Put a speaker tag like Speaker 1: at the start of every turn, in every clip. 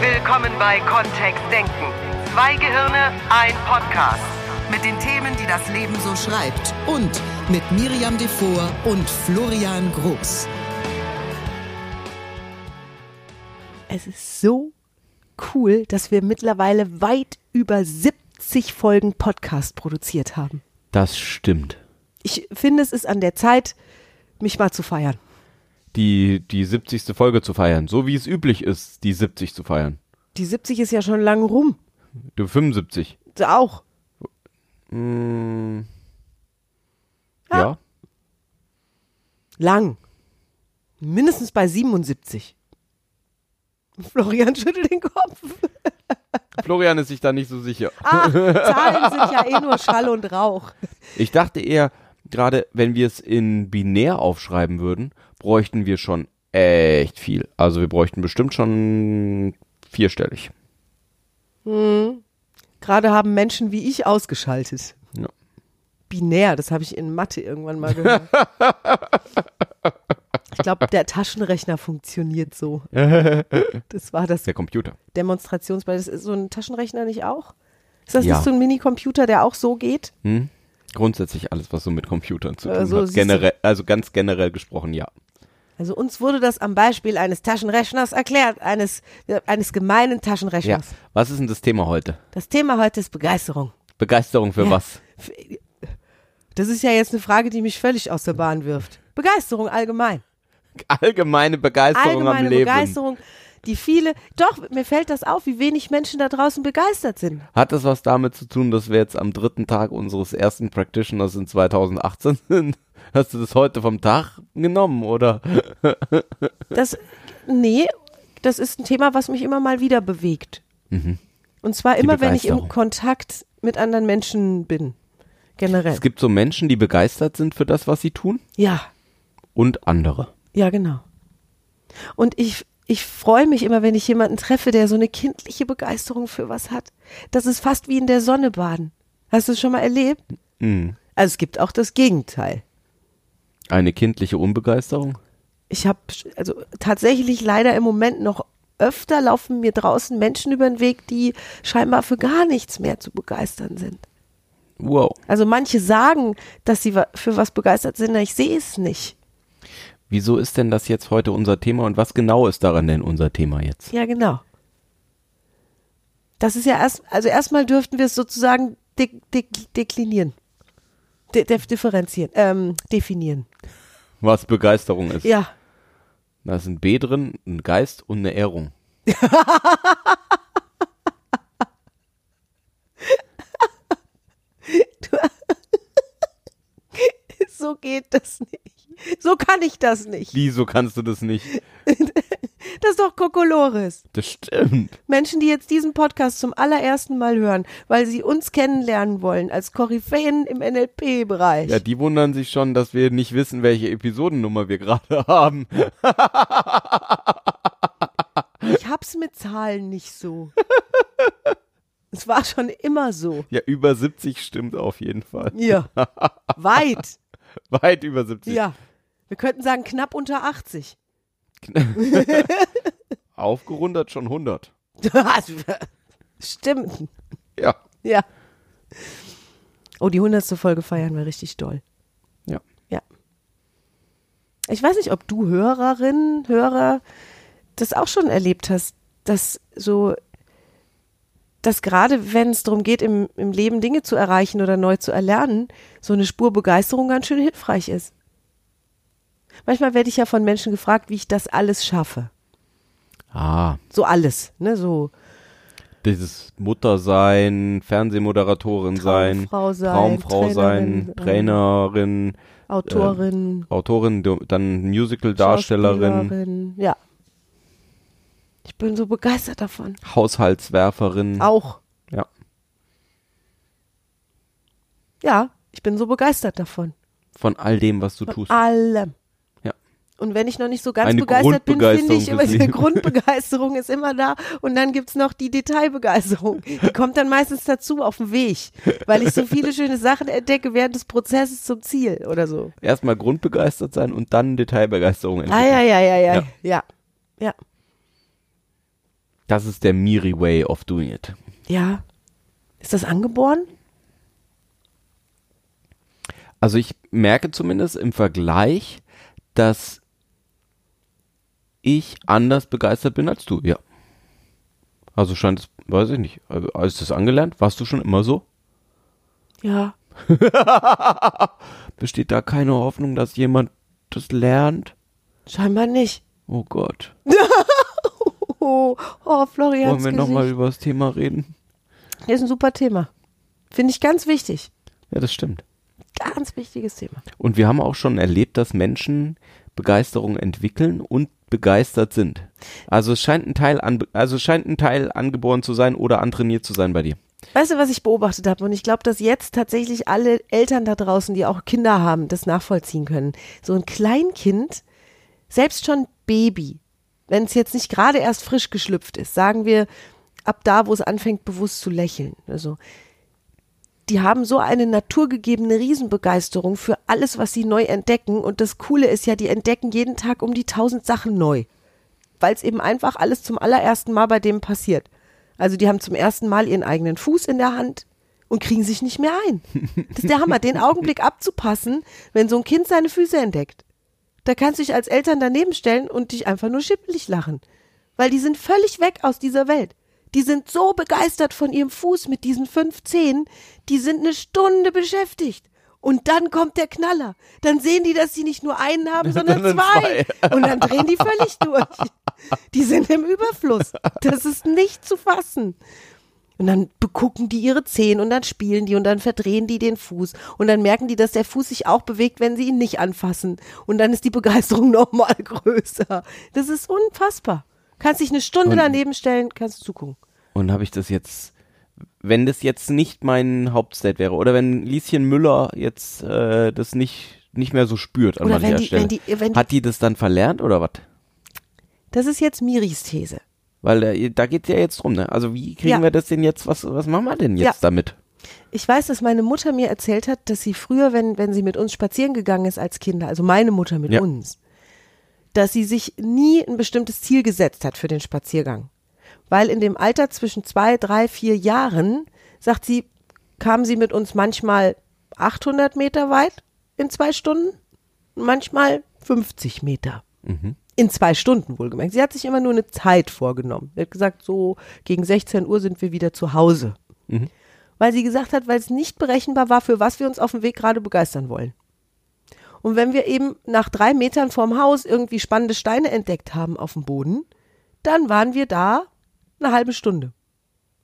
Speaker 1: Willkommen bei Kontext Denken. Zwei Gehirne, ein Podcast.
Speaker 2: Mit den Themen, die das Leben so schreibt. Und mit Miriam Devor und Florian Groß.
Speaker 3: Es ist so cool, dass wir mittlerweile weit über 70 Folgen Podcast produziert haben.
Speaker 4: Das stimmt.
Speaker 3: Ich finde, es ist an der Zeit, mich mal zu feiern.
Speaker 4: Die, die 70. Folge zu feiern, so wie es üblich ist, die 70 zu feiern.
Speaker 3: Die 70 ist ja schon lange rum.
Speaker 4: Du 75.
Speaker 3: Auch.
Speaker 4: Ja.
Speaker 3: Lang. Mindestens bei 77. Florian schüttelt den Kopf.
Speaker 4: Florian ist sich da nicht so sicher.
Speaker 3: Ah, Zahlen sind ja eh nur Schall und Rauch.
Speaker 4: Ich dachte eher, gerade wenn wir es in binär aufschreiben würden, bräuchten wir schon echt viel. Also wir bräuchten bestimmt schon vierstellig.
Speaker 3: Gerade haben Menschen wie ich ausgeschaltet.
Speaker 4: Ja.
Speaker 3: Binär, das habe ich in Mathe irgendwann mal gehört. ich glaube, der Taschenrechner funktioniert so. Das war das
Speaker 4: Der Computer.
Speaker 3: Demonstrationsbeispiel. Das ist so ein Taschenrechner nicht auch? Ist das
Speaker 4: Ja.
Speaker 3: nicht so ein Minicomputer, der auch so geht?
Speaker 4: Hm? Grundsätzlich alles, was so mit Computern zu tun
Speaker 3: Also,
Speaker 4: hat.
Speaker 3: siehst du-
Speaker 4: Generell, also ganz generell gesprochen, ja.
Speaker 3: Also uns wurde das am Beispiel eines Taschenrechners erklärt, eines, äh, eines gemeinen
Speaker 4: ja.
Speaker 3: Taschenrechners.
Speaker 4: Was ist denn das Thema heute?
Speaker 3: Das Thema heute ist Begeisterung.
Speaker 4: Begeisterung für
Speaker 3: Ja.
Speaker 4: was?
Speaker 3: Das ist ja jetzt eine Frage, die mich völlig aus der Bahn wirft. Begeisterung allgemein.
Speaker 4: Allgemeine Begeisterung
Speaker 3: Allgemeine
Speaker 4: am Leben.
Speaker 3: Begeisterung, die viele, doch, mir fällt das auf, wie wenig Menschen da draußen begeistert sind.
Speaker 4: Hat das was damit zu tun, dass wir jetzt am dritten Tag unseres ersten Practitioners in 2018 sind? Hast du das heute vom Tag genommen, oder?
Speaker 3: Das, nee, das ist ein Thema, was mich immer mal wieder bewegt. Und zwar immer, wenn ich im
Speaker 4: Mhm. Begeisterung.
Speaker 3: Kontakt mit anderen Menschen bin. Generell.
Speaker 4: Es gibt so Menschen, die begeistert sind für das, was sie tun,
Speaker 3: Ja,
Speaker 4: und andere.
Speaker 3: ja, genau. Und ich, ich freue mich immer, wenn ich jemanden treffe, der so eine kindliche Begeisterung für was hat. Das ist fast wie in der Sonne baden. Hast du es schon mal erlebt?
Speaker 4: Mhm.
Speaker 3: Also es gibt auch das Gegenteil.
Speaker 4: Eine kindliche Unbegeisterung?
Speaker 3: ich habe also tatsächlich leider im Moment noch öfter laufen mir draußen Menschen über den Weg, die scheinbar für gar nichts mehr zu begeistern sind.
Speaker 4: Wow.
Speaker 3: Also manche sagen, dass sie wa- für was begeistert sind, aber ich sehe es nicht.
Speaker 4: Wieso ist denn das jetzt heute unser Thema und was genau ist daran denn unser Thema jetzt?
Speaker 3: Ja, genau. Das ist ja erst, also erstmal dürften wir es sozusagen de de deklinieren. De de differenzieren, ähm, definieren.
Speaker 4: Was Begeisterung ist.
Speaker 3: Ja,
Speaker 4: Da ist ein B drin, ein Geist und eine Ehrung.
Speaker 3: so geht das nicht. So kann ich das nicht.
Speaker 4: Wieso kannst du das nicht?
Speaker 3: Das ist doch Kokolores.
Speaker 4: Das stimmt.
Speaker 3: Menschen, die jetzt diesen Podcast zum allerersten Mal hören, weil sie uns kennenlernen wollen als Koryphäen im NLP-Bereich.
Speaker 4: Ja, die wundern sich schon, dass wir nicht wissen, welche Episodennummer wir gerade haben.
Speaker 3: Ich hab's mit Zahlen nicht so. es war schon immer so.
Speaker 4: Ja, über 70 stimmt auf jeden Fall.
Speaker 3: Ja. Weit.
Speaker 4: Weit über 70.
Speaker 3: Ja. Wir könnten sagen knapp unter 80.
Speaker 4: Aufgerundet schon 100.
Speaker 3: Stimmt.
Speaker 4: Ja.
Speaker 3: Ja. Oh, die hundertste Folge feiern wir richtig doll.
Speaker 4: Ja.
Speaker 3: Ja. Ich weiß nicht, ob du Hörerinnen, Hörer das auch schon erlebt hast, dass so, dass gerade wenn es darum geht, im, im Leben Dinge zu erreichen oder neu zu erlernen, so eine Spur Begeisterung ganz schön hilfreich ist. Manchmal werde ich ja von Menschen gefragt, wie ich das alles schaffe.
Speaker 4: Ah,
Speaker 3: So alles, ne, so
Speaker 4: dieses Muttersein, Fernsehmoderatorin sein,
Speaker 3: Traumfrau sein, ähm,
Speaker 4: Traumfrau sein, Trainerin,
Speaker 3: Autorin,
Speaker 4: Autorin, du- dann Musical-Darstellerin,
Speaker 3: Schauspielerin, Ja. Ich bin so begeistert davon.
Speaker 4: Haushaltswerferin.
Speaker 3: Auch.
Speaker 4: Ja.
Speaker 3: Ja, ich bin so begeistert davon.
Speaker 4: Von all dem, was du tust.
Speaker 3: Allem.
Speaker 4: Ja.
Speaker 3: Und wenn ich noch nicht so ganz
Speaker 4: Eine
Speaker 3: begeistert bin, finde ich
Speaker 4: Grundbegeisterung
Speaker 3: immer,
Speaker 4: fürs
Speaker 3: diese
Speaker 4: Leben.
Speaker 3: Grundbegeisterung ist immer da. Und dann gibt's noch die Detailbegeisterung. Die kommt dann meistens dazu auf dem Weg, weil ich so viele schöne Sachen entdecke während des Prozesses zum Ziel oder so.
Speaker 4: Erstmal grundbegeistert sein und dann Detailbegeisterung entwickeln.
Speaker 3: Ah, ja, ja, ja, ja,
Speaker 4: Ja.
Speaker 3: ja, ja.
Speaker 4: Das ist der Miri Way of doing it.
Speaker 3: Ja. Ist das angeboren?
Speaker 4: Also ich merke zumindest im Vergleich, dass ich anders begeistert bin als du, ja. Also scheint es, weiß ich nicht. Also Ist das angelernt? Warst du schon immer so?
Speaker 3: Ja.
Speaker 4: Besteht da keine Hoffnung, dass jemand das lernt?
Speaker 3: Scheinbar nicht.
Speaker 4: Oh Gott.
Speaker 3: Oh, oh Florians
Speaker 4: Wollen wir nochmal
Speaker 3: Gesicht.
Speaker 4: über das Thema reden?
Speaker 3: Das ist ein super Thema. Finde ich ganz wichtig.
Speaker 4: Ja, das stimmt.
Speaker 3: Ganz wichtiges Thema.
Speaker 4: Und wir haben auch schon erlebt, dass Menschen Begeisterung entwickeln und begeistert sind. Also es scheint ein Teil an, also es scheint ein Teil angeboren zu sein oder antrainiert zu sein bei dir.
Speaker 3: Weißt du, was ich beobachtet habe? Und ich glaube, dass jetzt tatsächlich alle Eltern da draußen, die auch Kinder haben, das nachvollziehen können. So ein Kleinkind, selbst schon Baby, wenn es jetzt nicht gerade erst frisch geschlüpft ist, sagen wir ab da, wo es anfängt, bewusst zu lächeln. Also, die haben so eine naturgegebene Riesenbegeisterung für alles, was sie neu entdecken. Und das Coole ist ja, die entdecken jeden Tag um die tausend Sachen neu weil es eben einfach alles zum allerersten Mal bei dem passiert. Also die haben zum ersten Mal ihren eigenen Fuß in der Hand und kriegen sich nicht mehr ein. Das ist der Hammer, den Augenblick abzupassen, wenn so ein Kind seine Füße entdeckt. Da kannst du dich als Eltern daneben stellen und dich einfach nur schippelig lachen. Weil die sind völlig weg aus dieser Welt. Die sind so begeistert von ihrem Fuß mit diesen fünf Zehen, die sind eine Stunde beschäftigt. Und dann kommt der Knaller. Dann sehen die, dass sie nicht nur einen haben, sondern
Speaker 4: Sondern
Speaker 3: zwei. Und dann drehen die völlig durch. Die sind im Überfluss. Das ist nicht zu fassen. Und dann begucken die ihre Zehen und dann spielen die und dann verdrehen die den Fuß. Und dann merken die, dass der Fuß sich auch bewegt, wenn sie ihn nicht anfassen. Und dann ist die Begeisterung nochmal größer. Das ist unfassbar. Kannst dich eine Stunde
Speaker 4: Und-
Speaker 3: daneben stellen, kannst zugucken.
Speaker 4: Und habe ich das jetzt, wenn das jetzt nicht mein Hauptstate wäre oder wenn Lieschen Müller jetzt äh, das nicht, nicht mehr so spürt an
Speaker 3: Oder
Speaker 4: mancher
Speaker 3: wenn die-
Speaker 4: Stelle,
Speaker 3: wenn die- wenn die-
Speaker 4: hat die das dann verlernt oder was?
Speaker 3: Das ist jetzt Miris These.
Speaker 4: Weil äh, da geht's ja jetzt drum, ne? Also wie kriegen
Speaker 3: Ja.
Speaker 4: wir das denn jetzt, was, was machen wir denn jetzt
Speaker 3: Ja.
Speaker 4: damit?
Speaker 3: Ich weiß, dass meine Mutter mir erzählt hat, dass sie früher, wenn, wenn sie mit uns spazieren gegangen ist als Kinder, also meine Mutter mit
Speaker 4: Ja.
Speaker 3: uns, dass sie sich nie ein bestimmtes Ziel gesetzt hat für den Spaziergang. Weil in dem Alter zwischen zwei, drei, vier Jahren, sagt sie, kam sie mit uns manchmal 800 Meter weit in zwei Stunden, manchmal 50 Meter. In zwei Stunden wohlgemerkt. Sie hat sich immer nur eine Zeit vorgenommen. Sie hat gesagt, so gegen 16 Uhr sind wir wieder zu Hause weil sie gesagt hat, weil es nicht berechenbar war, für was wir uns auf dem Weg gerade begeistern wollen. Und wenn wir eben nach drei Metern vorm Haus irgendwie spannende Steine entdeckt haben auf dem Boden, dann waren wir da eine halbe Stunde.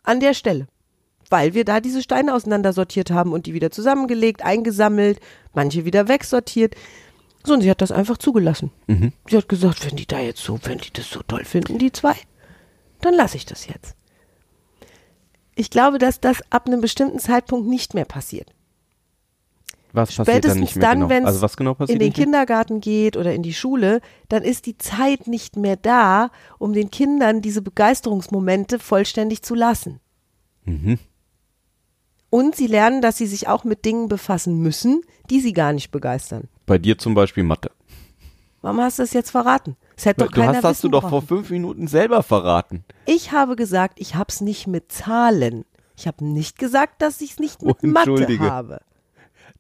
Speaker 3: An der Stelle. Weil wir da diese Steine auseinandersortiert haben und die wieder zusammengelegt, eingesammelt, manche wieder wegsortiert. So, und sie hat das einfach zugelassen. Sie hat gesagt, wenn die da jetzt so, wenn die das so toll finden, die zwei, dann lasse ich das jetzt. Ich glaube, dass das ab einem bestimmten Zeitpunkt nicht mehr passiert.
Speaker 4: Was passiert dann
Speaker 3: Spätestens
Speaker 4: nicht mehr
Speaker 3: dann,
Speaker 4: genau?
Speaker 3: wenn es
Speaker 4: Also was genau passiert
Speaker 3: in den
Speaker 4: nicht mehr?
Speaker 3: Kindergarten geht oder in die Schule, dann ist die Zeit nicht mehr da, um den Kindern diese Begeisterungsmomente vollständig zu lassen.
Speaker 4: Mhm.
Speaker 3: Und sie lernen, dass sie sich auch mit Dingen befassen müssen, die sie gar nicht begeistern.
Speaker 4: Bei dir zum Beispiel Mathe.
Speaker 3: Warum hast du das jetzt verraten? Das hätte doch
Speaker 4: du
Speaker 3: keiner
Speaker 4: hast, hast du
Speaker 3: wissen
Speaker 4: doch vor
Speaker 3: brauchen.
Speaker 4: fünf Minuten selber verraten.
Speaker 3: Ich habe gesagt, ich hab's nicht mit Zahlen. Ich habe nicht gesagt, dass ich es nicht mit
Speaker 4: Oh,
Speaker 3: Mathe
Speaker 4: entschuldige.
Speaker 3: habe.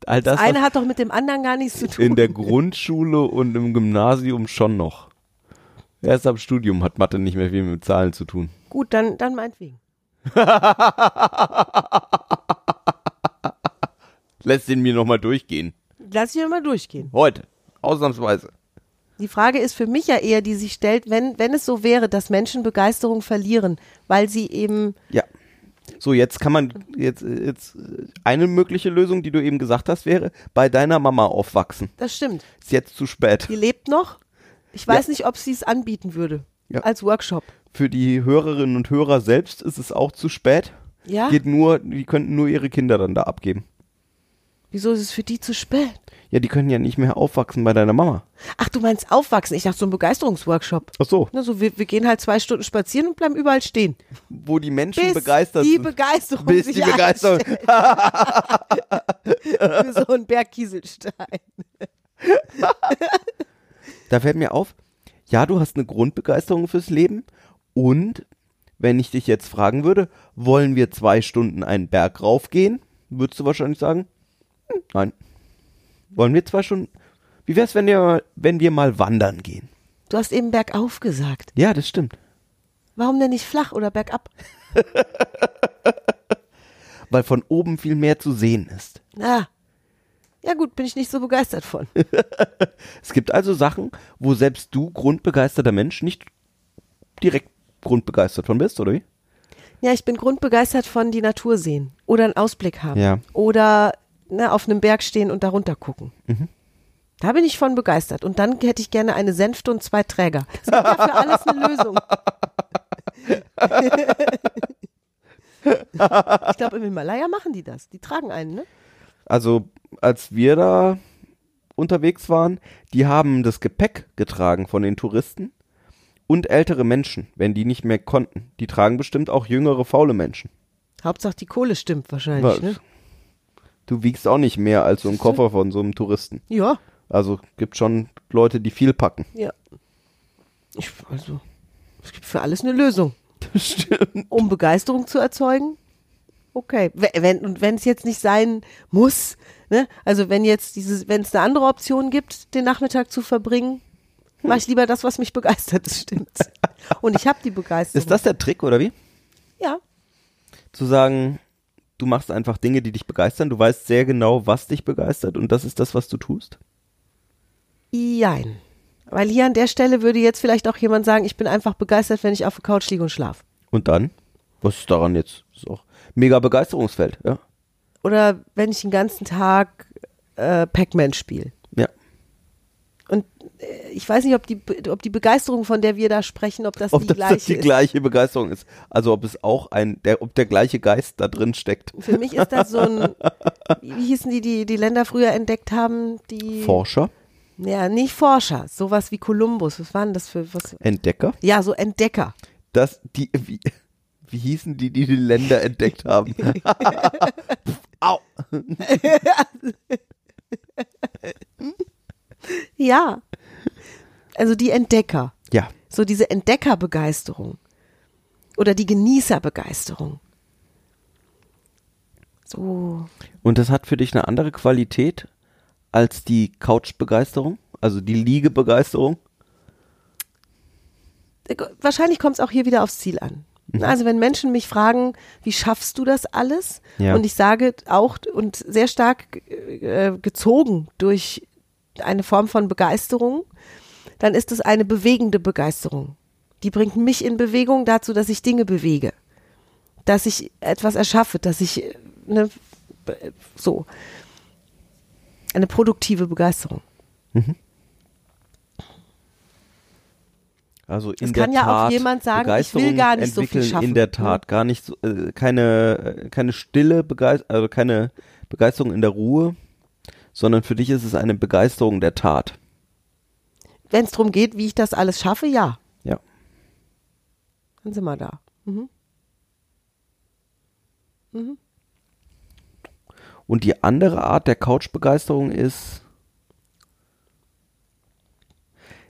Speaker 4: All das,
Speaker 3: Das eine hat doch mit dem anderen gar nichts zu
Speaker 4: was
Speaker 3: tun.
Speaker 4: in der Grundschule und im Gymnasium schon noch. Erst ab Studium hat Mathe nicht mehr viel mit Zahlen zu tun.
Speaker 3: Gut, dann, dann meinetwegen.
Speaker 4: Lässt den mir nochmal durchgehen.
Speaker 3: Lass ich mal durchgehen.
Speaker 4: Heute. Ausnahmsweise.
Speaker 3: Die Frage ist für mich ja eher, die sich stellt, wenn, wenn es so wäre, dass Menschen Begeisterung verlieren, weil sie eben,
Speaker 4: Ja. So, jetzt kann man, jetzt, jetzt, äh, eine mögliche Lösung, die du eben gesagt hast, wäre, bei deiner Mama aufwachsen.
Speaker 3: das stimmt,
Speaker 4: Ist jetzt zu spät.
Speaker 3: die lebt noch. Ich weiß nicht, ob sie es anbieten würde
Speaker 4: Ja.
Speaker 3: als Workshop.
Speaker 4: Für die Hörerinnen und Hörer selbst ist es auch zu spät.
Speaker 3: Ja?
Speaker 4: Geht nur, die könnten nur ihre Kinder dann da abgeben.
Speaker 3: Wieso ist es für die zu spät?
Speaker 4: Ja, die können ja nicht mehr aufwachsen bei deiner Mama.
Speaker 3: Ach, du meinst aufwachsen. Ich dachte, so ein Begeisterungsworkshop.
Speaker 4: Ach so.
Speaker 3: Ne, so, wir, wir gehen halt zwei Stunden spazieren und bleiben überall stehen.
Speaker 4: Wo die Menschen
Speaker 3: Bis
Speaker 4: begeistert
Speaker 3: die
Speaker 4: sind.
Speaker 3: Begeisterung
Speaker 4: Bis
Speaker 3: sich
Speaker 4: die Begeisterung.
Speaker 3: für so einen Bergkieselstein.
Speaker 4: Da fällt mir auf, ja, du hast eine Grundbegeisterung fürs Leben und wenn ich dich jetzt fragen würde, wollen wir zwei Stunden einen Berg raufgehen, würdest du wahrscheinlich sagen, hm, nein. Wollen wir zwei Stunden? Wie wär's, wenn wir, wenn wir mal wandern gehen?
Speaker 3: Du hast eben bergauf gesagt.
Speaker 4: Ja, das stimmt.
Speaker 3: Warum denn nicht flach oder bergab?
Speaker 4: Weil von oben viel mehr zu sehen ist.
Speaker 3: Ah. Ja gut, bin ich nicht so begeistert von.
Speaker 4: Es gibt also Sachen, wo selbst du grundbegeisterter Mensch nicht direkt grundbegeistert von bist, oder wie?
Speaker 3: Ja, ich bin grundbegeistert von die Natur sehen oder einen Ausblick haben
Speaker 4: Ja.
Speaker 3: oder ne, auf einem Berg stehen und darunter gucken.
Speaker 4: Mhm.
Speaker 3: Da bin ich von begeistert. Und dann hätte ich gerne eine Senfte und zwei Träger. Es gibt ja für alles eine Lösung. ich glaube, im Himalaya machen die das. Die tragen einen, ne?
Speaker 4: Also, als wir da unterwegs waren, die haben das Gepäck getragen von den Touristen und ältere Menschen, wenn die nicht mehr konnten. Die tragen bestimmt auch jüngere, faule Menschen.
Speaker 3: Hauptsache die Kohle stimmt wahrscheinlich,
Speaker 4: Was?
Speaker 3: ne?
Speaker 4: Du wiegst auch nicht mehr als so ein Koffer von so einem Touristen.
Speaker 3: Ja,
Speaker 4: Also, gibt schon Leute, die viel packen.
Speaker 3: ja. Ich, also, es gibt für alles eine Lösung.
Speaker 4: Das stimmt.
Speaker 3: um Begeisterung zu erzeugen? Okay, We- wenn und wenn es jetzt nicht sein muss, ne? Also wenn jetzt dieses, wenn es eine andere Option gibt, den Nachmittag zu verbringen,
Speaker 4: Hm.
Speaker 3: mache ich lieber das, was mich begeistert. Das stimmt. Und ich habe die Begeisterung.
Speaker 4: Ist das der Trick, oder wie?
Speaker 3: Ja,
Speaker 4: Zu sagen, du machst einfach Dinge, die dich begeistern. Du weißt sehr genau, was dich begeistert und das ist das, was du tust.
Speaker 3: jein. Weil hier an der Stelle würde jetzt vielleicht auch jemand sagen, ich bin einfach begeistert, wenn ich auf der Couch liege und schlafe.
Speaker 4: Und dann? Was ist daran jetzt? Ist auch mega Begeisterungsfeld, ja.
Speaker 3: Oder wenn ich den ganzen Tag äh, Pac-Man spiele.
Speaker 4: Ja.
Speaker 3: Und äh, ich weiß nicht, ob die, Be- ob die Begeisterung, von der wir da sprechen, ob das
Speaker 4: Ob
Speaker 3: die
Speaker 4: das,
Speaker 3: gleiche
Speaker 4: das die
Speaker 3: ist.
Speaker 4: gleiche Begeisterung ist. Also ob es auch ein, der, ob der gleiche Geist da drin steckt.
Speaker 3: Für mich ist das so ein, wie hießen die, die die Länder früher entdeckt haben, die
Speaker 4: Forscher,
Speaker 3: ja nicht Forscher, sowas wie Kolumbus. Was waren das für was?
Speaker 4: Entdecker,
Speaker 3: Ja, so Entdecker.
Speaker 4: das, die, wie, wie hießen die, die die Länder entdeckt haben? Pff, Au!
Speaker 3: Ja, also die Entdecker,
Speaker 4: Ja,
Speaker 3: so diese Entdeckerbegeisterung oder die Genießerbegeisterung. So
Speaker 4: und das hat für dich eine andere Qualität als die Couch-Begeisterung, also die Liege-Begeisterung.
Speaker 3: äh, wahrscheinlich kommt es auch hier wieder aufs Ziel an. Also wenn Menschen mich fragen, wie schaffst du das alles?
Speaker 4: Ja.
Speaker 3: Und ich sage auch und sehr stark äh, gezogen durch eine Form von Begeisterung, dann ist es eine bewegende Begeisterung. Die bringt mich in Bewegung dazu, dass ich Dinge bewege, dass ich etwas erschaffe, dass ich äh, ne, b- äh, so eine produktive Begeisterung.
Speaker 4: Also in
Speaker 3: Es
Speaker 4: der
Speaker 3: kann ja auch
Speaker 4: Tat,
Speaker 3: jemand sagen, ich will
Speaker 4: Begeisterung
Speaker 3: gar nicht so viel
Speaker 4: entwickeln
Speaker 3: schaffen,
Speaker 4: In der
Speaker 3: ne?
Speaker 4: Tat, gar nicht so, äh, keine, äh, keine stille Begeisterung, also keine Begeisterung in der Ruhe, sondern für dich ist es eine Begeisterung der Tat.
Speaker 3: Wenn es darum geht, wie ich das alles schaffe, ja,
Speaker 4: Ja.
Speaker 3: dann sind wir da.
Speaker 4: Und die andere Art der Couch-Begeisterung ist,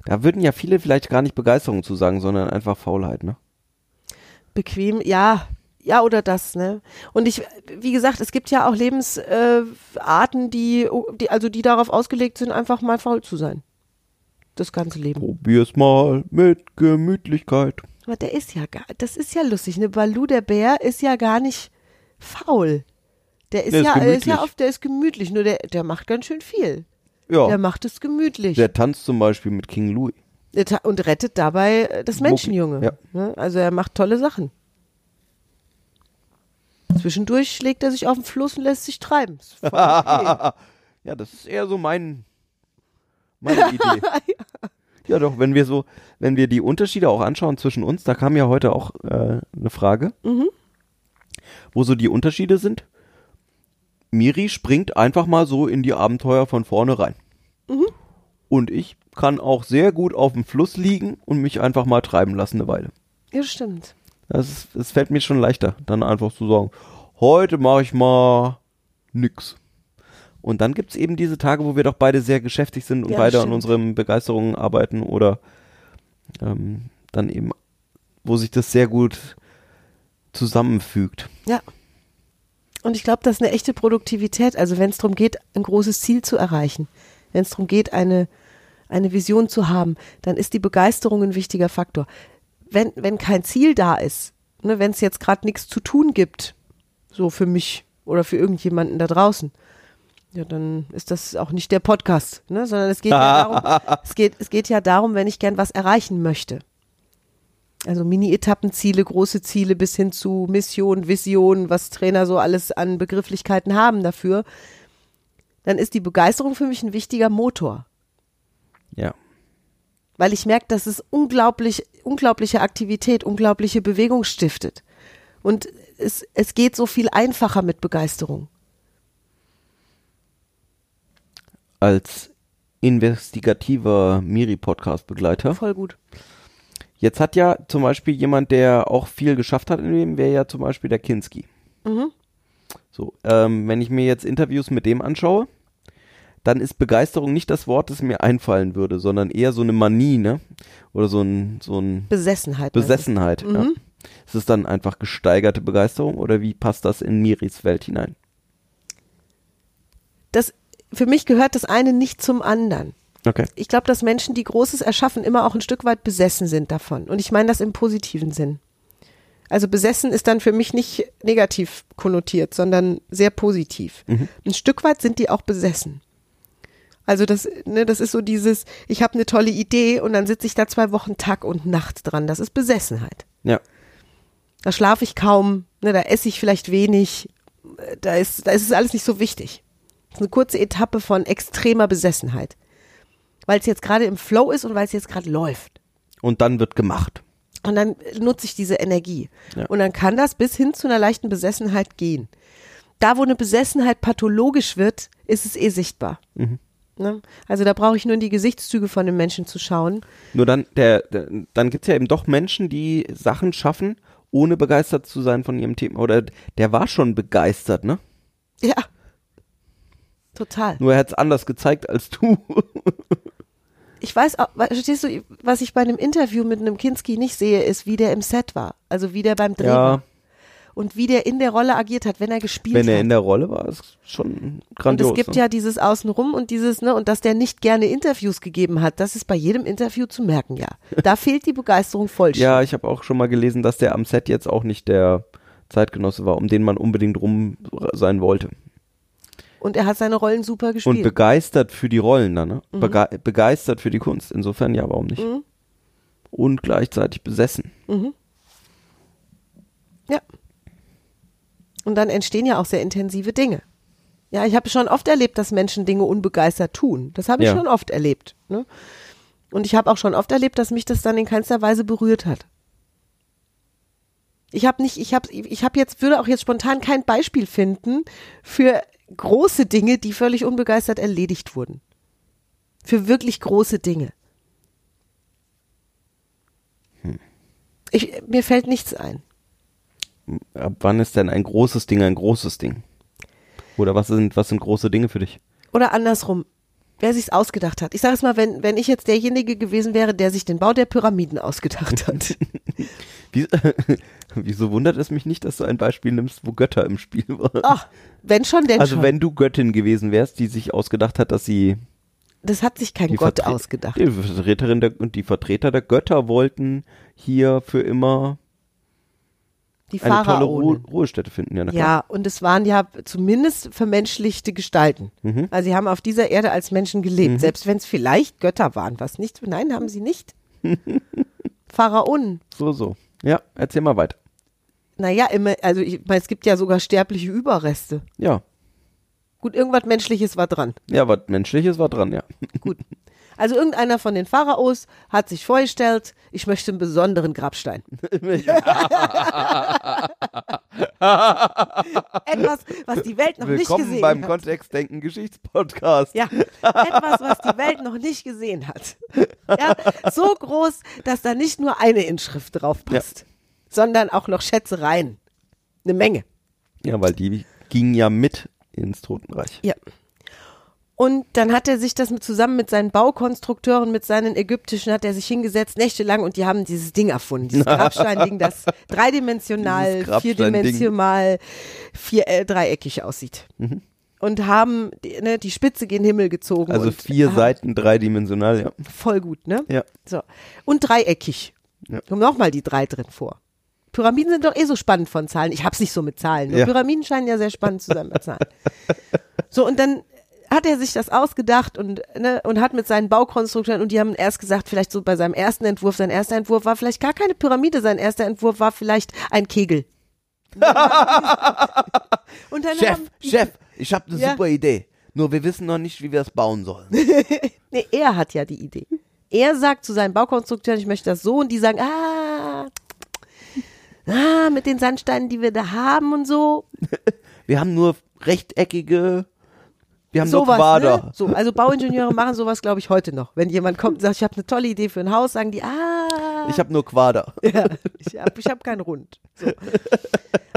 Speaker 4: da würden ja viele vielleicht gar nicht Begeisterung zu sagen, sondern einfach Faulheit, ne?
Speaker 3: bequem, ja, ja oder das, ne? Und ich, wie gesagt, es gibt ja auch Lebensarten, äh, Arten, die, die, also die darauf ausgelegt sind, einfach mal faul zu sein. Das ganze Leben.
Speaker 4: Probier's mal mit Gemütlichkeit.
Speaker 3: Aber der ist ja gar, das ist ja lustig, ne? Balu, der Bär, ist ja gar nicht faul. Der ist,
Speaker 4: Der ist
Speaker 3: ja, der ist ja
Speaker 4: gemütlich.
Speaker 3: auf, der ist gemütlich, nur der, der macht ganz schön viel. Der
Speaker 4: Ja.
Speaker 3: macht es gemütlich.
Speaker 4: Der tanzt zum Beispiel mit King Louis.
Speaker 3: Der ta- Und rettet dabei äh, das Menschenjunge.
Speaker 4: ja.
Speaker 3: Ne? Also er macht tolle Sachen. Zwischendurch schlägt er sich auf den Fluss und lässt sich treiben. Ist voll okay.
Speaker 4: Ja, das ist eher so mein, meine Idee. ja, doch, wenn wir so, wenn wir die Unterschiede auch anschauen zwischen uns, da kam ja heute auch äh, eine Frage, wo so die Unterschiede sind. Miri springt einfach mal so in die Abenteuer von vorne rein. Und ich kann auch sehr gut auf dem Fluss liegen und mich einfach mal treiben lassen eine Weile.
Speaker 3: ja, stimmt.
Speaker 4: Das, ist, das fällt mir schon leichter, dann einfach zu sagen, heute mache ich mal nix. Und dann gibt es eben diese Tage, wo wir doch beide sehr geschäftig sind und
Speaker 3: Ja,
Speaker 4: beide an
Speaker 3: stimmt.
Speaker 4: unseren Begeisterungen arbeiten oder ähm, dann eben, wo sich das sehr gut zusammenfügt.
Speaker 3: Ja. Und ich glaube, das ist eine echte Produktivität. Also wenn es darum geht, ein großes Ziel zu erreichen, wenn es darum geht, eine, eine Vision zu haben, dann ist die Begeisterung ein wichtiger Faktor. Wenn, wenn kein Ziel da ist, ne, wenn es jetzt gerade nichts zu tun gibt, so für mich oder für irgendjemanden da draußen, ja, dann ist das auch nicht der Podcast, ne, sondern es geht, ja darum, es, geht, es geht ja darum, wenn ich gern was erreichen möchte. Also Mini-Etappenziele, große Ziele bis hin zu Mission, Vision, was Trainer so alles an Begrifflichkeiten haben dafür, dann ist die Begeisterung für mich ein wichtiger Motor.
Speaker 4: Ja.
Speaker 3: Weil ich merke, dass es unglaublich, unglaubliche Aktivität, unglaubliche Bewegung stiftet. Und es, es geht so viel einfacher mit Begeisterung.
Speaker 4: Als investigativer Miri-Podcast-Begleiter.
Speaker 3: Voll gut.
Speaker 4: Jetzt hat ja zum Beispiel jemand, der auch viel geschafft hat in dem, wäre ja zum Beispiel der Kinski.
Speaker 3: Mhm.
Speaker 4: So, ähm, wenn ich mir jetzt Interviews mit dem anschaue, dann ist Begeisterung nicht das Wort, das mir einfallen würde, sondern eher so eine Manie, ne? Oder so ein, so ein
Speaker 3: Besessenheit. meinst du?
Speaker 4: Besessenheit. Ja. Ist es dann einfach gesteigerte Begeisterung oder wie passt das in Miris Welt hinein?
Speaker 3: Das, für mich gehört das eine nicht zum anderen.
Speaker 4: Okay.
Speaker 3: ich glaube, dass Menschen, die Großes erschaffen, immer auch ein Stück weit besessen sind davon. Und ich meine das im positiven Sinn. Also besessen ist dann für mich nicht negativ konnotiert, sondern sehr positiv. Ein Stück weit sind die auch besessen. Also das, ne, das ist so dieses, ich habe eine tolle Idee und dann sitze ich da zwei Wochen Tag und Nacht dran. Das ist Besessenheit.
Speaker 4: Ja.
Speaker 3: Da schlafe ich kaum, ne, da esse ich vielleicht wenig, äh, da ist, da ist es alles nicht so wichtig. Das ist eine kurze Etappe von extremer Besessenheit. Weil es jetzt gerade im Flow ist und weil es jetzt gerade läuft.
Speaker 4: Und dann wird gemacht.
Speaker 3: Und dann äh, nutze ich diese Energie.
Speaker 4: Ja.
Speaker 3: Und dann kann das bis hin zu einer leichten Besessenheit gehen. Da, wo eine Besessenheit pathologisch wird, ist es eh sichtbar. Ne? Also da brauche ich nur in die Gesichtszüge von dem Menschen zu schauen.
Speaker 4: Nur dann, der, der, dann gibt es ja eben doch Menschen, die Sachen schaffen, ohne begeistert zu sein von ihrem Thema. Oder der war schon begeistert, ne?
Speaker 3: Ja. Total.
Speaker 4: Nur er hat es anders gezeigt als du.
Speaker 3: Ich weiß, auch- verstehst du, was ich bei einem Interview mit einem Kinski nicht sehe, ist, wie der im Set war. Also wie der beim Dreh war. Und wie der in der Rolle agiert hat, wenn er gespielt
Speaker 4: wenn
Speaker 3: hat.
Speaker 4: er in der Rolle war, ist schon
Speaker 3: Und
Speaker 4: grandios.
Speaker 3: es gibt
Speaker 4: ne?
Speaker 3: ja dieses Außenrum und dieses, ne, und dass der nicht gerne Interviews gegeben hat, das ist bei jedem Interview zu merken, ja. Da fehlt die Begeisterung vollständig.
Speaker 4: Ja, ich habe auch schon mal gelesen, dass der am Set jetzt auch nicht der Zeitgenosse war, um den man unbedingt rum sein wollte.
Speaker 3: Und er hat seine Rollen super
Speaker 4: Und
Speaker 3: gespielt.
Speaker 4: begeistert für die Rollen dann, ne?
Speaker 3: Mhm.
Speaker 4: Bege begeistert für die Kunst. Insofern ja, warum nicht? Und gleichzeitig besessen.
Speaker 3: ja. Und dann entstehen ja auch sehr intensive Dinge. Ja, ich habe schon oft erlebt, dass Menschen Dinge unbegeistert tun. Das habe ich
Speaker 4: Ja.
Speaker 3: schon oft erlebt. Ne? Und ich habe auch schon oft erlebt, dass mich das dann in keinster Weise berührt hat. Ich habe nicht, ich habe, ich habe jetzt, würde auch jetzt spontan kein Beispiel finden für große Dinge, die völlig unbegeistert erledigt wurden. Für wirklich große Dinge. Ich, mir fällt nichts ein.
Speaker 4: Ab wann ist denn ein großes Ding ein großes Ding? Oder was sind, was sind große Dinge für dich?
Speaker 3: Oder andersrum, wer sich's ausgedacht hat. Ich sage es mal, wenn, wenn ich jetzt derjenige gewesen wäre, der sich den Bau der Pyramiden ausgedacht hat.
Speaker 4: Wie, wieso wundert es mich nicht, dass du ein Beispiel nimmst, wo Götter im Spiel waren?
Speaker 3: Ach, wenn schon, denn
Speaker 4: also
Speaker 3: schon.
Speaker 4: wenn du Göttin gewesen wärst, die sich ausgedacht hat, dass sie
Speaker 3: das hat sich kein
Speaker 4: die
Speaker 3: Oh Gott
Speaker 4: Vertre-
Speaker 3: ausgedacht.
Speaker 4: Die Vertreterin der, und die Vertreter der Götter wollten hier für immer
Speaker 3: Die
Speaker 4: eine tolle Ruhe,
Speaker 3: Pharaonen.
Speaker 4: Ruhestätte finden. Ja, na klar.
Speaker 3: Ja, und es waren ja zumindest vermenschlichte Gestalten.
Speaker 4: Mhm.
Speaker 3: Also sie haben auf dieser Erde als Menschen gelebt, selbst wenn es vielleicht Götter waren, was nicht. Nein, haben sie nicht. Pharaonen.
Speaker 4: So, so. Ja, erzähl mal weiter.
Speaker 3: Naja, immer, also ich meine, es gibt ja sogar sterbliche Überreste.
Speaker 4: Ja,
Speaker 3: Gut, irgendwas Menschliches war dran.
Speaker 4: ja, was Menschliches war dran, ja.
Speaker 3: Also irgendeiner von den Pharaos hat sich vorgestellt, ich möchte einen besonderen Grabstein. Etwas, was die Welt noch nicht
Speaker 4: Willkommen
Speaker 3: gesehen
Speaker 4: beim
Speaker 3: hat.
Speaker 4: Kontextdenken Geschichtspodcast.
Speaker 3: ja, etwas, was die Welt noch nicht gesehen hat. Ja, so groß, dass da nicht nur eine Inschrift drauf passt, sondern auch noch Schätzereien. Eine Menge.
Speaker 4: ja, weil die ging ja mit ins Totenreich.
Speaker 3: Ja. Und dann hat er sich das mit, zusammen mit seinen Baukonstrukteuren, mit seinen ägyptischen, hat er sich hingesetzt, nächtelang, und die haben dieses Ding erfunden, dieses Grabsteinding, das dreidimensional,
Speaker 4: Dieses Grabsteinding.
Speaker 3: vierdimensional, vier, äh, dreieckig aussieht.
Speaker 4: Mhm.
Speaker 3: Und haben die- ne, die Spitze gen Himmel gezogen.
Speaker 4: Also
Speaker 3: und, ah.
Speaker 4: vier
Speaker 3: haben-
Speaker 4: Seiten dreidimensional, ja.
Speaker 3: Voll gut, ne?
Speaker 4: Ja.
Speaker 3: So. Und dreieckig.
Speaker 4: Ja.
Speaker 3: Kommen nochmal die drei drin vor. Pyramiden sind doch eh so spannend von Zahlen. Ich hab's nicht so mit Zahlen. Nur
Speaker 4: Ja.
Speaker 3: Pyramiden scheinen ja sehr spannend zu sein mit Zahlen. So, und dann hat er sich das ausgedacht und, ne, und hat mit seinen Baukonstrukteuren, und die haben erst gesagt, vielleicht so bei seinem ersten Entwurf, sein erster Entwurf war vielleicht gar keine Pyramide, sein erster Entwurf war vielleicht ein Kegel. Und dann haben die-
Speaker 4: Chef, ich habe eine
Speaker 3: Ja.
Speaker 4: Idee. Nur wir wissen noch nicht, wie wir es bauen sollen.
Speaker 3: Nee, er hat ja die Idee. Er sagt zu seinen Baukonstrukteuren, ich möchte das so und die sagen, ah, ah, mit den Sandsteinen, die wir da haben und so.
Speaker 4: Wir haben nur rechteckige, wir haben nur
Speaker 3: Sowas,
Speaker 4: Quader.
Speaker 3: ne? so, also Bauingenieure machen sowas, glaube ich, heute noch. Wenn jemand kommt und sagt, ich habe eine tolle Idee für ein Haus, sagen die, ah,
Speaker 4: Ich habe nur Quader.
Speaker 3: ja, ich habe ich hab keinen Rund. So.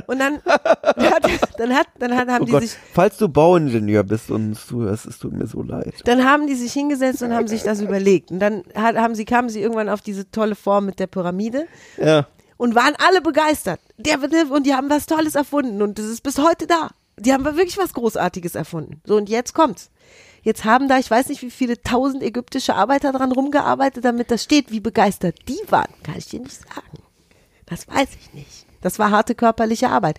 Speaker 3: Und dann, hat, dann, hat, dann hat, haben
Speaker 4: Oh
Speaker 3: die
Speaker 4: Gott,
Speaker 3: sich
Speaker 4: falls du Bauingenieur bist und uns zuhörst, es tut mir so leid.
Speaker 3: Dann haben die sich hingesetzt und haben sich das überlegt. Und dann hat, haben sie, kamen sie irgendwann auf diese tolle Form mit der Pyramide.
Speaker 4: Ja.
Speaker 3: und waren alle begeistert. Der, wird- und die haben was Tolles erfunden und das ist bis heute da. Die haben wirklich was Großartiges erfunden. So, und jetzt kommt's. Jetzt haben da, ich weiß nicht, wie viele tausend ägyptische Arbeiter dran rumgearbeitet, damit das steht. Wie begeistert die waren, kann ich dir nicht sagen. Das weiß ich nicht. Das war harte körperliche Arbeit.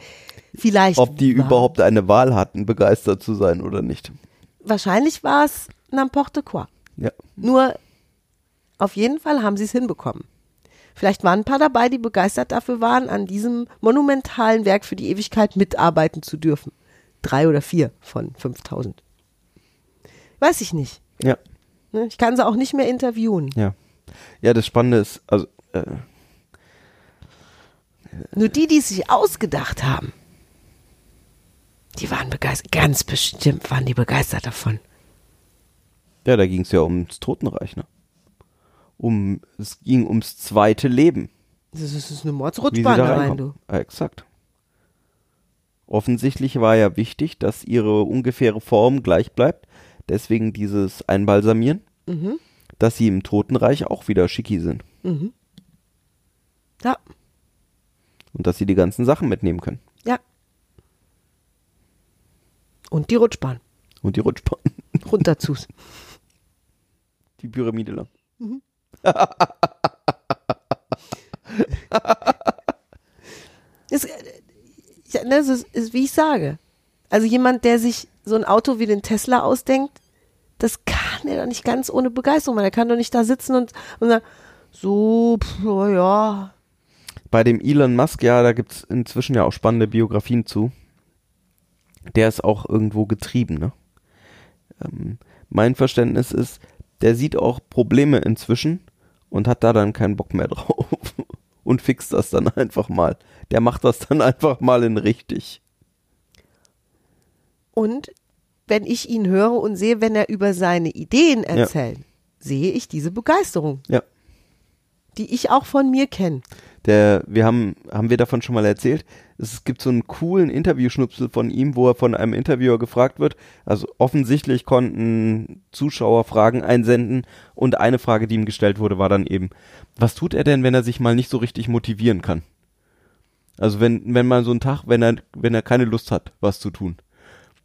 Speaker 3: Vielleicht.
Speaker 4: Ob die
Speaker 3: war-
Speaker 4: überhaupt eine Wahl hatten, begeistert zu sein oder nicht.
Speaker 3: Wahrscheinlich war es n'importe quoi.
Speaker 4: Ja.
Speaker 3: Nur auf jeden Fall haben sie es hinbekommen. Vielleicht waren ein paar dabei, die begeistert dafür waren, an diesem monumentalen Werk für die Ewigkeit mitarbeiten zu dürfen. Drei oder vier von 5000. Weiß ich nicht.
Speaker 4: Ja.
Speaker 3: ne? Ich kann sie auch nicht mehr interviewen.
Speaker 4: Ja. Ja, das Spannende ist, also, äh,
Speaker 3: Nur die, die es sich ausgedacht haben, die waren begeistert. Ganz bestimmt waren die begeistert davon.
Speaker 4: ja, da ging es ja ums Totenreich, ne? Um, es ging ums zweite Leben.
Speaker 3: Das ist eine
Speaker 4: wie sie
Speaker 3: Mordsrutschbahn
Speaker 4: da
Speaker 3: da rein,
Speaker 4: reinkommen.
Speaker 3: du.
Speaker 4: Ja, exakt. Offensichtlich war ja wichtig, dass ihre ungefähre Form gleich bleibt. Deswegen dieses Einbalsamieren. Dass sie im Totenreich auch wieder schicki sind.
Speaker 3: Ja,
Speaker 4: Und dass sie die ganzen Sachen mitnehmen können.
Speaker 3: ja. Und die Rutschbahn.
Speaker 4: Und die Rutschbahn.
Speaker 3: Runter zu's.
Speaker 4: Die Pyramide lang.
Speaker 3: Es, äh, ja, ne, es ist, ist, wie ich sage. Also jemand, der sich so ein Auto wie den Tesla ausdenkt, das kann er doch nicht ganz ohne Begeisterung machen. Er kann doch nicht da sitzen und, und sagen, so, pff, oh ja.
Speaker 4: Bei dem Elon Musk, ja, da gibt es inzwischen ja auch spannende Biografien zu. Der ist auch irgendwo getrieben, ne? Ähm, mein Verständnis ist, der sieht auch Probleme inzwischen und hat da dann keinen Bock mehr drauf. Und fixt das dann einfach mal. Der macht das dann einfach mal in richtig.
Speaker 3: Und wenn ich ihn höre und sehe, wenn er über seine Ideen erzählt, sehe ich diese Begeisterung,
Speaker 4: Ja.
Speaker 3: die ich auch von mir kenne.
Speaker 4: Der, wir haben, haben wir davon schon mal erzählt? Es gibt so einen coolen Interviewschnipsel von ihm, wo er von einem Interviewer gefragt wird. Also offensichtlich konnten Zuschauer Fragen einsenden und eine Frage, die ihm gestellt wurde, war dann eben, was tut er denn, wenn er sich mal nicht so richtig motivieren kann? Also wenn, wenn mal so ein Tag, wenn er, wenn er keine Lust hat, was zu tun.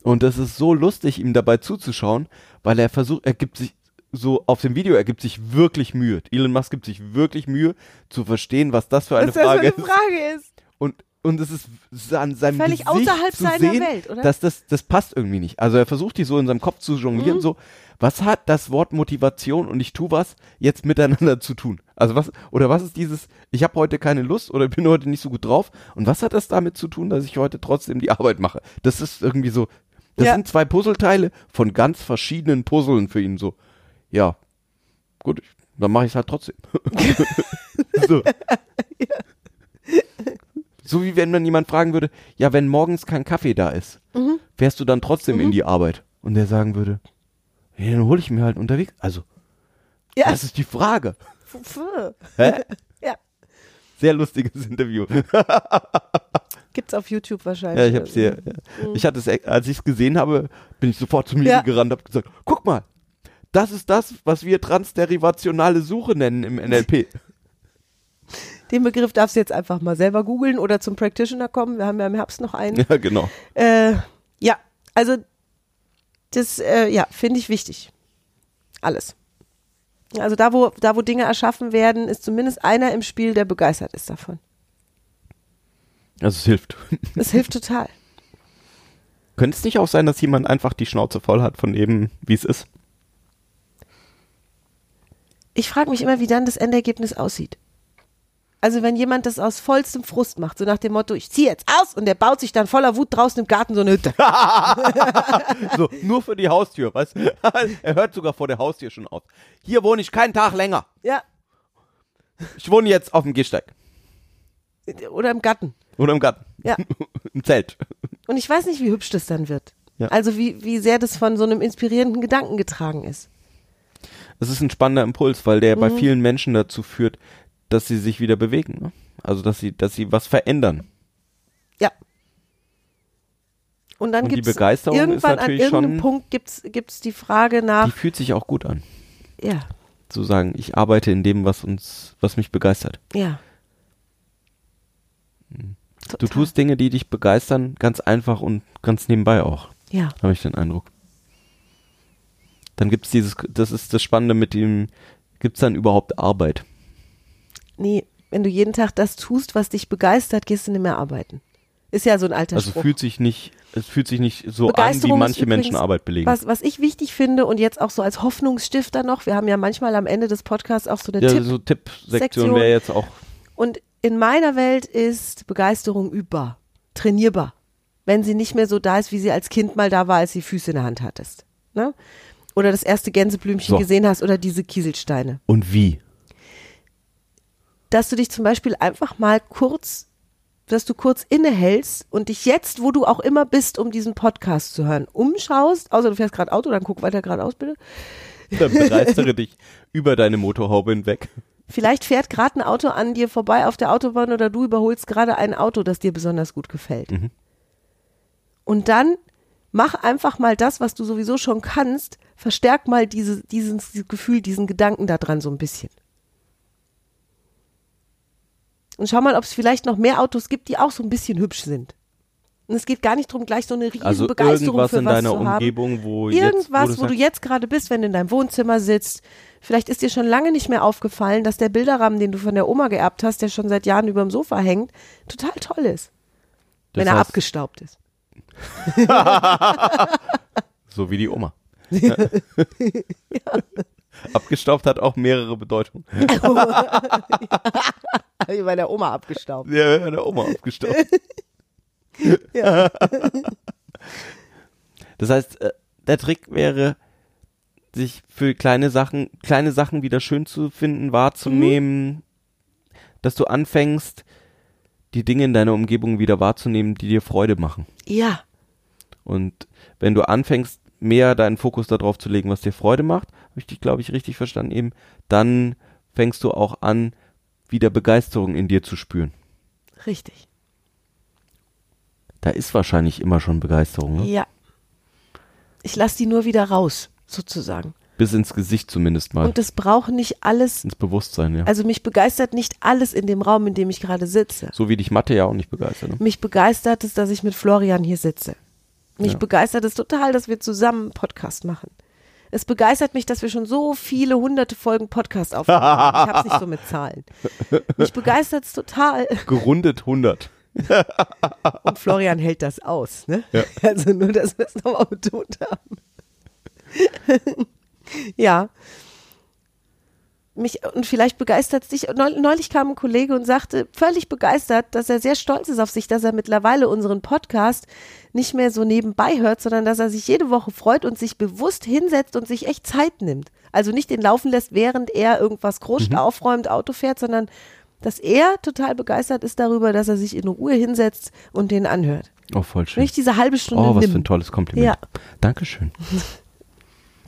Speaker 4: Und das ist so lustig, ihm dabei zuzuschauen, weil er versucht, er gibt sich so auf dem Video, er gibt sich wirklich Mühe. Elon Musk gibt sich wirklich Mühe zu verstehen, was das für eine
Speaker 3: Was das für
Speaker 4: Frage
Speaker 3: eine
Speaker 4: ist.
Speaker 3: Frage ist.
Speaker 4: Und, und es ist s- an seinem
Speaker 3: Völlig
Speaker 4: Gesicht
Speaker 3: außerhalb
Speaker 4: zu
Speaker 3: seiner
Speaker 4: sehen,
Speaker 3: Welt, oder?
Speaker 4: Dass das, das passt irgendwie nicht. Also er versucht die so in seinem Kopf zu jonglieren,
Speaker 3: Mhm.
Speaker 4: so, was hat das Wort Motivation und ich tu was jetzt miteinander zu tun? Also was, oder was ist dieses, ich habe heute keine Lust oder bin heute nicht so gut drauf und was hat das damit zu tun, dass ich heute trotzdem die Arbeit mache? Das ist irgendwie so, das
Speaker 3: Ja.
Speaker 4: sind zwei Puzzleteile von ganz verschiedenen Puzzlen für ihn so. Ja, gut, ich, dann mache ich es halt trotzdem. so. So wie wenn man jemand fragen würde, ja, wenn morgens kein Kaffee da ist, fährst du dann trotzdem in die Arbeit? Und der sagen würde, ja, dann hole ich mir halt unterwegs. Also,
Speaker 3: Ja.
Speaker 4: das ist die Frage.
Speaker 3: Pf- pf.
Speaker 4: Hä?
Speaker 3: ja.
Speaker 4: Sehr lustiges Interview.
Speaker 3: Gibt's auf YouTube wahrscheinlich.
Speaker 4: Ja, ich hab's hier. Ja. Ich hatte es, e- als ich es gesehen habe, bin ich sofort zu mir
Speaker 3: Ja.
Speaker 4: gerannt und habe gesagt, guck mal, das ist das, was wir transderivationale Suche nennen im NLP.
Speaker 3: Den Begriff darfst du jetzt einfach mal selber googeln oder zum Practitioner kommen. Wir haben ja im Herbst noch einen.
Speaker 4: ja, genau.
Speaker 3: Äh, ja, also das äh, ja, finde ich wichtig. Alles. Also da wo, da, wo Dinge erschaffen werden, ist zumindest einer im Spiel, der begeistert ist davon.
Speaker 4: Also es hilft.
Speaker 3: Das hilft total.
Speaker 4: Könnte es nicht auch sein, dass jemand einfach die Schnauze voll hat von eben, wie es ist?
Speaker 3: Ich frage mich immer, wie dann das Endergebnis aussieht. Also wenn jemand das aus vollstem Frust macht, so nach dem Motto, ich ziehe jetzt aus und der baut sich dann voller Wut draußen im Garten so eine Hütte.
Speaker 4: So, nur für die Haustür, weißt du? Er hört sogar vor der Haustür schon auf. Hier wohne ich keinen Tag länger.
Speaker 3: Ja,
Speaker 4: Ich wohne jetzt auf dem Gehsteig.
Speaker 3: oder im Garten.
Speaker 4: Oder im Garten.
Speaker 3: Ja.
Speaker 4: Im Zelt.
Speaker 3: Und ich weiß nicht, wie hübsch das dann wird.
Speaker 4: Ja.
Speaker 3: Also wie, wie sehr das von so einem inspirierenden Gedanken getragen ist.
Speaker 4: Es ist ein spannender Impuls, weil der
Speaker 3: Mhm.
Speaker 4: bei vielen Menschen dazu führt, dass sie sich wieder bewegen. Ne? Also, dass sie, dass sie was verändern.
Speaker 3: Ja. Und dann
Speaker 4: Und die
Speaker 3: gibt es
Speaker 4: Begeisterung ist
Speaker 3: irgendwann an
Speaker 4: natürlich
Speaker 3: irgendeinem
Speaker 4: schon-
Speaker 3: Punkt gibt's gibt's die Frage
Speaker 4: Die
Speaker 3: nach,
Speaker 4: fühlt sich auch gut an,
Speaker 3: ja,
Speaker 4: zu sagen, ich arbeite in dem, was uns, was mich begeistert.
Speaker 3: ja.
Speaker 4: Hm. Du
Speaker 3: Total.
Speaker 4: tust Dinge, die dich begeistern, ganz einfach und ganz nebenbei auch,
Speaker 3: Ja,
Speaker 4: habe ich den Eindruck. Dann gibt es dieses, das ist das Spannende mit dem, gibt es dann überhaupt Arbeit?
Speaker 3: nee, wenn du jeden Tag das tust, was dich begeistert, gehst du nicht mehr arbeiten. Ist ja so ein alter
Speaker 4: Also
Speaker 3: Spruch.
Speaker 4: fühlt sich nicht, es fühlt sich nicht so an,
Speaker 3: ist
Speaker 4: wie manche
Speaker 3: übrigens
Speaker 4: Menschen Arbeit belegen.
Speaker 3: Was, was ich wichtig finde und jetzt auch so als Hoffnungsstifter noch, wir haben ja manchmal am Ende des Podcasts auch so eine
Speaker 4: ja,
Speaker 3: Tipp.
Speaker 4: so Tippsektion
Speaker 3: Sektion.
Speaker 4: wäre jetzt auch
Speaker 3: Und in meiner Welt ist Begeisterung übbar, trainierbar, wenn sie nicht mehr so da ist, wie sie als Kind mal da war, als sie Füße in der Hand hattest. Ne? Oder das erste Gänseblümchen
Speaker 4: So.
Speaker 3: gesehen hast oder diese Kieselsteine.
Speaker 4: und wie.
Speaker 3: dass du dich zum Beispiel einfach mal kurz, dass du kurz innehältst und dich jetzt, wo du auch immer bist, um diesen Podcast zu hören, umschaust, außer du fährst gerade Auto, dann guck weiter geradeaus bitte.
Speaker 4: Dann begeistere dich über deine Motorhaube hinweg.
Speaker 3: Vielleicht fährt gerade ein Auto an dir vorbei auf der Autobahn oder du überholst gerade ein Auto, das dir besonders gut gefällt.
Speaker 4: Mhm.
Speaker 3: Und dann mach einfach mal das, was du sowieso schon kannst, verstärk mal diese, dieses Gefühl, diesen Gedanken da dran so ein bisschen. Und schau mal, ob es vielleicht noch mehr Autos gibt, die auch so ein bisschen hübsch sind. Und es geht gar nicht darum, gleich so eine riesen
Speaker 4: Also
Speaker 3: Begeisterung
Speaker 4: irgendwas
Speaker 3: für
Speaker 4: in
Speaker 3: was
Speaker 4: deiner
Speaker 3: zu haben.
Speaker 4: Umgebung, wo
Speaker 3: Irgendwas,
Speaker 4: jetzt,
Speaker 3: wo du jetzt gerade bist, wenn du in deinem Wohnzimmer sitzt. Vielleicht ist dir schon lange nicht mehr aufgefallen, dass der Bilderrahmen, den du von der Oma geerbt hast, der schon seit Jahren über dem Sofa hängt, total toll ist,
Speaker 4: Das
Speaker 3: wenn er
Speaker 4: heißt,
Speaker 3: abgestaubt ist.
Speaker 4: So wie die Oma. Abgestaubt hat auch mehrere Bedeutungen.
Speaker 3: Wie bei der Oma abgestaubt.
Speaker 4: Ja, eine Oma abgestaubt. Das heißt, äh, der Trick wäre, sich für kleine Sachen, kleine Sachen wieder schön zu finden, wahrzunehmen, dass du anfängst, die Dinge in deiner Umgebung wieder wahrzunehmen, die dir Freude machen.
Speaker 3: Ja,
Speaker 4: Und wenn du anfängst, mehr deinen Fokus darauf zu legen, was dir Freude macht, habe ich dich, glaube ich, richtig verstanden eben, dann fängst du auch an, wieder Begeisterung in dir zu spüren.
Speaker 3: richtig.
Speaker 4: Da ist wahrscheinlich immer schon Begeisterung, ne?
Speaker 3: Ja. Ich lasse die nur wieder raus, sozusagen.
Speaker 4: Bis ins Gesicht zumindest mal.
Speaker 3: Und das braucht nicht alles,
Speaker 4: Ins Bewusstsein, ja.
Speaker 3: also mich begeistert nicht alles in dem Raum, in dem ich gerade sitze.
Speaker 4: so wie dich Mathe ja auch nicht begeistert. Ne?
Speaker 3: Mich begeistert es, dass ich mit Florian hier sitze. Mich
Speaker 4: Ja.
Speaker 3: begeistert es total, dass wir zusammen einen Podcast machen. Es begeistert mich, dass wir schon so viele hunderte Folgen Podcast aufnehmen. Ich hab's nicht so mit Zahlen. Mich begeistert es total.
Speaker 4: Gerundet 100.
Speaker 3: Und Florian hält das aus, ne? Also nur, dass wir es nochmal betont haben. ja. Mich, und vielleicht begeistert es dich. Neul- Neulich kam ein Kollege und sagte, völlig begeistert, dass er sehr stolz ist auf sich, dass er mittlerweile unseren Podcast nicht mehr so nebenbei hört, sondern dass er sich jede Woche freut und sich bewusst hinsetzt und sich echt Zeit nimmt. Also nicht den laufen lässt, während er irgendwas
Speaker 4: Mhm.
Speaker 3: kruscht, aufräumt, Auto fährt, sondern dass er total begeistert ist darüber, dass er sich in Ruhe hinsetzt und den anhört.
Speaker 4: Oh, voll schön.
Speaker 3: Nicht diese halbe Stunde
Speaker 4: Oh, was
Speaker 3: nimmt.
Speaker 4: für ein tolles Kompliment.
Speaker 3: Ja.
Speaker 4: Dankeschön.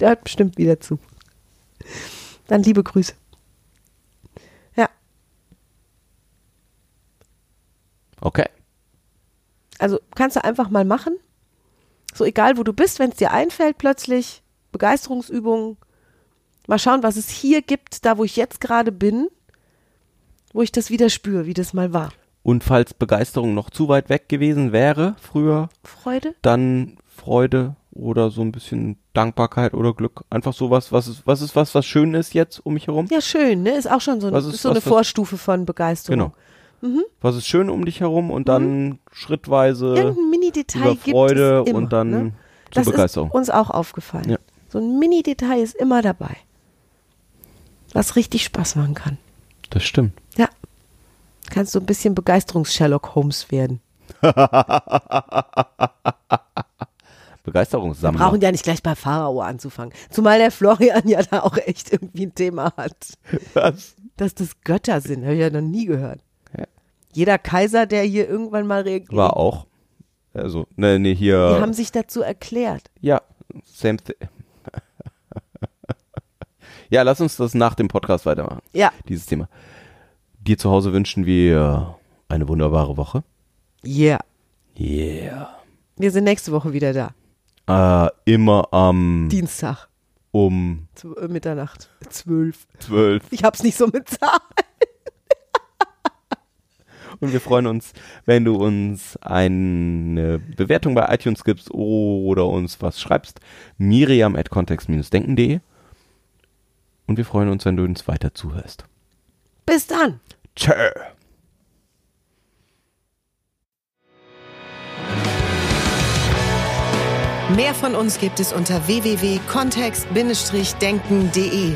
Speaker 3: Der hört bestimmt wieder zu. Dann liebe Grüße. Ja,
Speaker 4: Okay.
Speaker 3: also kannst du einfach mal machen. So egal, wo du bist, wenn es dir einfällt plötzlich, Begeisterungsübung, mal schauen, was es hier gibt, da wo ich jetzt gerade bin, wo ich das wieder spüre, wie das mal war.
Speaker 4: Und falls Begeisterung noch zu weit weg gewesen wäre früher,
Speaker 3: Freude?
Speaker 4: dann Freude oder so ein bisschen Dankbarkeit oder Glück. Einfach sowas, was ist, was ist was, was schön ist jetzt um mich herum?
Speaker 3: Ja, schön, ne? Ist auch schon so, ein,
Speaker 4: Was
Speaker 3: ist,
Speaker 4: ist-
Speaker 3: so
Speaker 4: was-
Speaker 3: eine
Speaker 4: was-
Speaker 3: Vorstufe von Begeisterung.
Speaker 4: Genau.
Speaker 3: Mhm.
Speaker 4: Was ist schön um dich herum und dann schrittweise
Speaker 3: Irgendein Mini-Detail
Speaker 4: über
Speaker 3: gibt
Speaker 4: Freude
Speaker 3: es immer,
Speaker 4: und dann
Speaker 3: ne?
Speaker 4: zur
Speaker 3: das
Speaker 4: Begeisterung.
Speaker 3: ist uns auch aufgefallen.
Speaker 4: Ja.
Speaker 3: So ein Mini-Detail ist immer dabei, was richtig Spaß machen kann.
Speaker 4: Das stimmt.
Speaker 3: Ja, kannst du ein bisschen Begeisterungs-Sherlock Holmes werden. Wir
Speaker 4: Begeisterungssammler.
Speaker 3: brauchen ja nicht gleich bei Pharao anzufangen. Zumal der Florian ja da auch echt irgendwie ein Thema hat.
Speaker 4: Was?
Speaker 3: Dass das Götter sind, habe ich ja noch nie gehört.
Speaker 4: Hä?
Speaker 3: Jeder Kaiser, der hier irgendwann mal reagiert,
Speaker 4: War auch. Also, ne, ne, hier.
Speaker 3: die haben sich dazu erklärt.
Speaker 4: ja, same thing. ja, lass uns das nach dem Podcast weitermachen.
Speaker 3: Ja.
Speaker 4: Dieses Thema. Dir zu Hause wünschen wir äh, eine wunderbare Woche.
Speaker 3: Yeah.
Speaker 4: Yeah.
Speaker 3: Wir sind nächste Woche wieder da.
Speaker 4: Äh, immer am
Speaker 3: Dienstag
Speaker 4: um
Speaker 3: zu, äh, Mitternacht. Zwölf.
Speaker 4: 12.
Speaker 3: Ich hab's nicht so mit Zahlen.
Speaker 4: Und wir freuen uns, wenn du uns eine Bewertung bei iTunes gibst oder uns was schreibst. Miriam at kontext-denken.de. Und wir freuen uns, wenn du uns weiter zuhörst.
Speaker 3: Bis dann.
Speaker 4: Tschö.
Speaker 2: Mehr von uns gibt es unter www.kontext-denken.de.